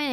迎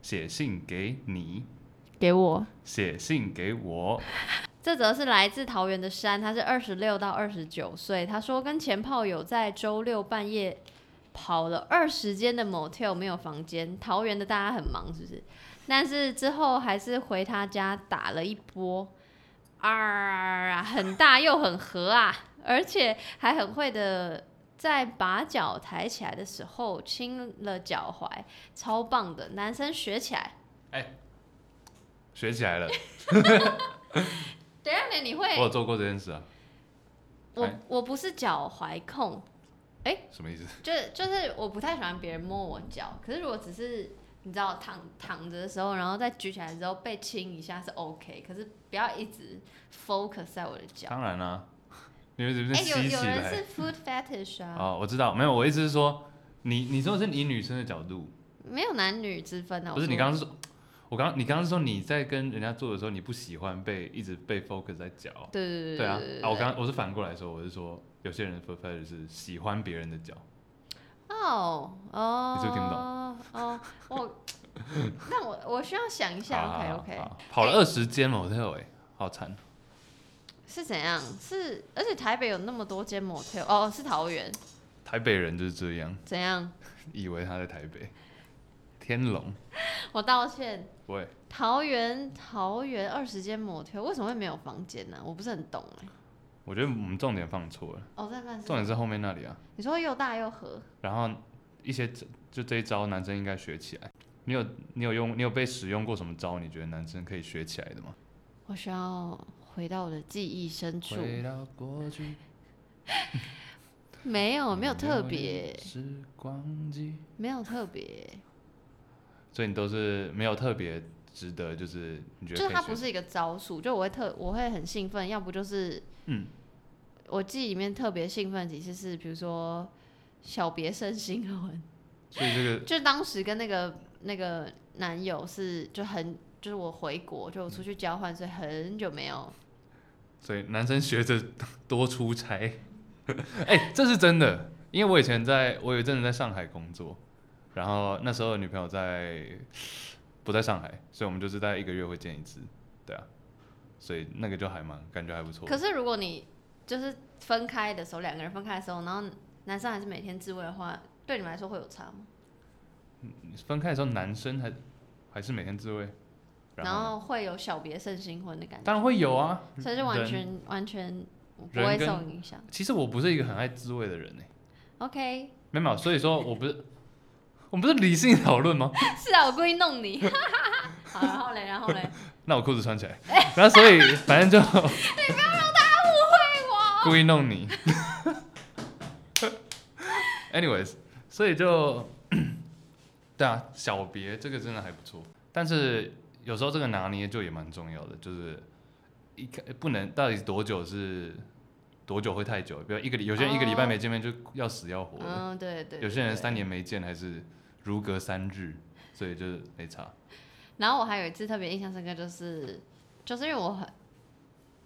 写信给你，给我。写信给我。这则是来自桃园的山，他是二十六到二十九岁。他说跟前炮友在周六半夜跑了二十间的 motel 没有房间，桃园的大家很忙是不是？但是之后还是回他家打了一波，啊，很大又很合啊，而且还很会的，在把脚抬起来的时候亲了脚踝，超棒的，男生学起来。学 起来了，等一下呢，你会我有做过这件事啊，我哎我不是脚踝控，什么意思？就就是我不太喜欢别人摸我脚，可是如果只是你知道躺躺着的时候，然后再举起来之后被亲一下是 OK，可是不要一直 focus 在我的脚。当然啦、 你们这边哎、有吸有起人来 是 food fetish 啊，哦，我知道，没有，我意思是说，你你说的是以女生的角度，没有男女之分啊。不是我你刚刚是说，我刚你刚刚是说你在跟人家做的时候，你不喜欢被一直被 focus 在脚，对对对对啊对，啊，我刚我是反过来说，我是说有些人的 focus 是喜欢别人的脚，哦哦，你是不是听不懂哦，我那我我需要想一下好，OK 好 OK，哎好好跑了二十间 motel 哎，好惨。是怎样？是而且台北有那么多间 motel，哦是桃园，台北人就是这样， 怎样？以为他在台北。天龙我道歉。不会，桃园桃园二十间 motel 为什么会没有房间呢、我不是很懂哎、我觉得我们重点放错了，哦，在办重点事。是后面那里啊。你说又大又合，然后一些就这一招，男生应该学起来。你有你有用你有被使用过什么招？你觉得男生可以学起来的吗？我需要回到我的记忆深处。到过去，没有，哦没有特别，时光机，没有特别，所以你都是没有特别值得，就是你觉就是得可以它学不是一个招数，就我会特我会很兴奋，要不就是嗯，我记忆里面特别兴奋的几次是，比如说小别胜新婚，所以这个就当时跟那个那个男友是就很就是我回国就我出去交换，所以很久没有所以男生学着多出差， 哎、这是真的，因为我以前在我有一阵子在上海工作，然后那时候女朋友在不在上海，所以我们就是在一个月会见一次，对啊，所以那个就还蛮感觉还不错可。是如果你就是分开的时候，两个人分开的时候，然后男生还是每天自慰的话，对你们来说会有差吗？分开的时候，男生还还是每天自慰，然后呢后会有小别胜新婚的感当然会有啊。觉，所以就完全完全不人会跟受影响。其实我不是一个很爱自慰的人哎、 OK，没有没有，所以说我不是，我们不是理性讨论吗？是啊，我故意弄你。 好，然后嘞，然后 嘞，那我裤子穿起来，然后所以反正 就我故意弄你。Anyways，所以就对啊，小别这个真的还不错，但是有时候这个拿捏就也蛮重要的，就是一开不能到底多久是多久会太久，比如一个礼有些人一个礼拜没见面就要死要活的，嗯，对对。有些人对三。年没见还是如隔三日，所以就是没差。然后我还有一次特别印象深刻，就是就是因为我很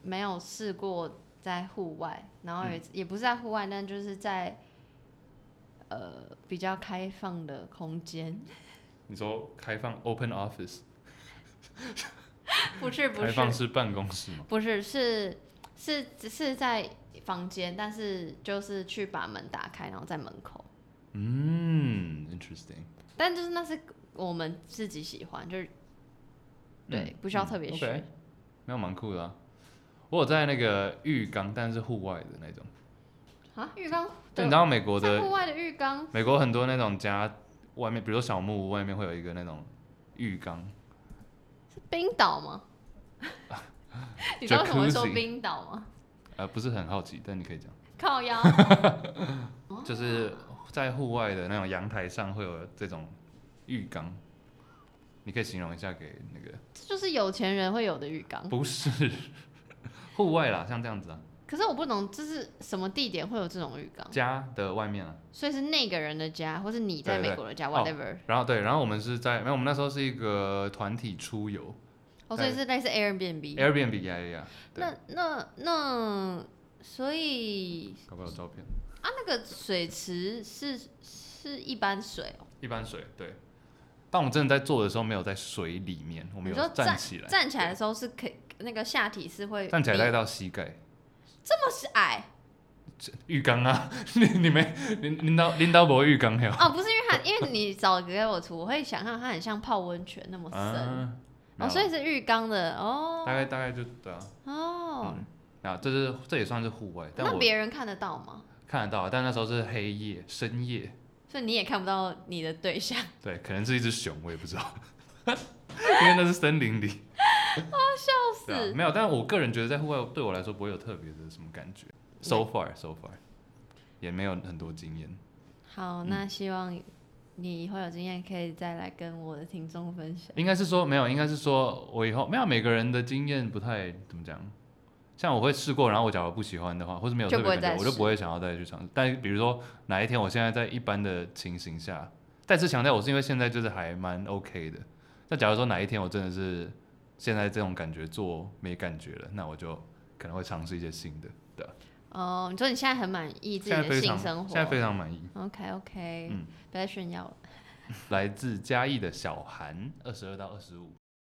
没有试过在户外，然后也、也不是在户外，但就是在呃比较开放的空间，你说开放 open office， 不是不开放是式办公室吗？不是是是只是在房间，但是就是去把门打开，然后在门口，嗯，interesting。但就是那是我们自己喜欢，就是对、不需要特别嗯学。 OK 没有蛮酷的啊。我有在那个浴缸，但是户外的那种。啊，浴缸就对你知，道美国在户的，外的浴缸，美国很多那种家外面，比如说小木屋外面会有一个那种浴缸，是冰岛 吗？你知道为什么会说 Jacuzzi 冰岛吗？呃，不是很好奇，但你可以讲，靠腰， 哦就是在户外的那种阳台上会有这种浴缸，你可以形容一下给那个这就是有钱人会有的浴缸。 不是户外啦，像这样子啊，可是我不懂，这是什么地点会有这种浴缸？家的外面啊。所以是那个人的家，或是你在对对美国的家哦，whatever。然后对，然后我们是在没有，我们那时候是一个团体出游哦，所以对是类似 Airbnb。 ，Airbnb 呀呀，对那那那，所以搞不好有照片。啊，那个水池是是一般水哦，一般水对，但我们真的在做的时候没有在水里面，我们你说有站起来，站起来的时候是可以，那个下体是会站起来比大概到膝盖。这么是矮 浴缸啊， 你你没你拎到拎到不浴缸还有哦，不是因为它，因为你找给我图，我会想象它很像泡温泉那么深、啊，没哦，有所以是浴缸的哦大概大概就对啊，哦，嗯，啊，这是这也算是户外，但那我别人看得到吗？看得到，啊但那时候是黑夜深夜，所以你也看不到你的对象， 对，可能是一只熊，我也不知道，因为那是森林 里，笑 对啊，死！没有，但我个人觉得在户外对我来说不会有特别的什么感觉，so far so far，也没有很多经验，好，那希望你以后有经验可以再来跟我的听众分享。应该是说没有，应该是说我以后没有每个人的经验不太怎么讲。像我会试过，然后我假如不喜欢的话，或是没有就特不别会感再觉，我就试不会想要再去尝试。但是比如说哪一天我现在在一般的情形下，再次强调，我是因为现在就是还蛮 OK 的。那假如说哪一天我真的是现在这种感觉做没感觉了，那我就可能会尝试一些新的。对啊，哦，你说你现在很满意自己现在的非性常生现活在非常满意。 ？OK OK，嗯不要再炫耀了。来自嘉义的小韩，二十二到二十五。